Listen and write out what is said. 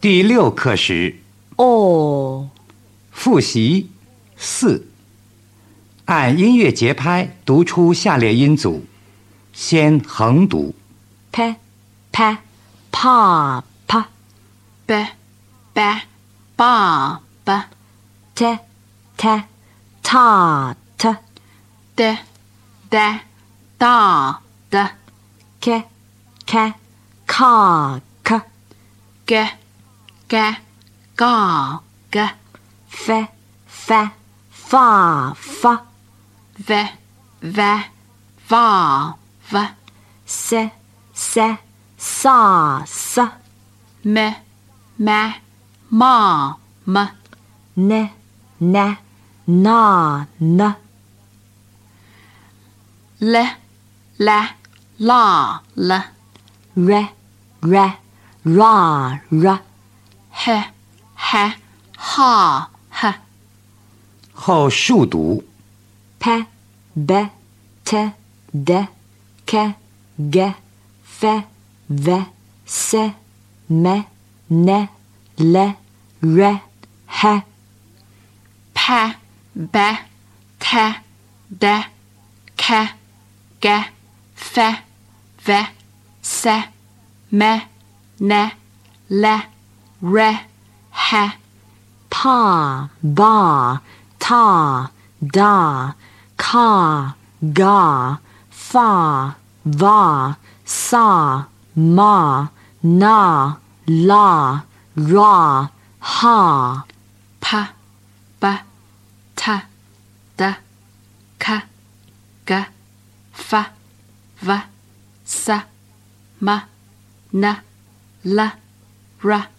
第六课时哦，复习四，按音乐节拍读出下列音组，先横读。拍拍啪啪， ba ba ba ba 踢踢踏踏， da da da da 开开卡卡， ga ga ga ga 飞飞发发， va va va va 塞塞撒撒， ma ma ma ma 呢呢那那， la la la la 瑞瑞啦啦， ha ha ha ha 后数读拍白踢的开给飞飞塞没呢来瑞嘿。 pa ba ta da ka ga fa va sa ma na la ra ha 帕巴塔达卡嘎发哇萨玛那拉拉哈 pa ba ta da ka ga fa va sa ma na la ra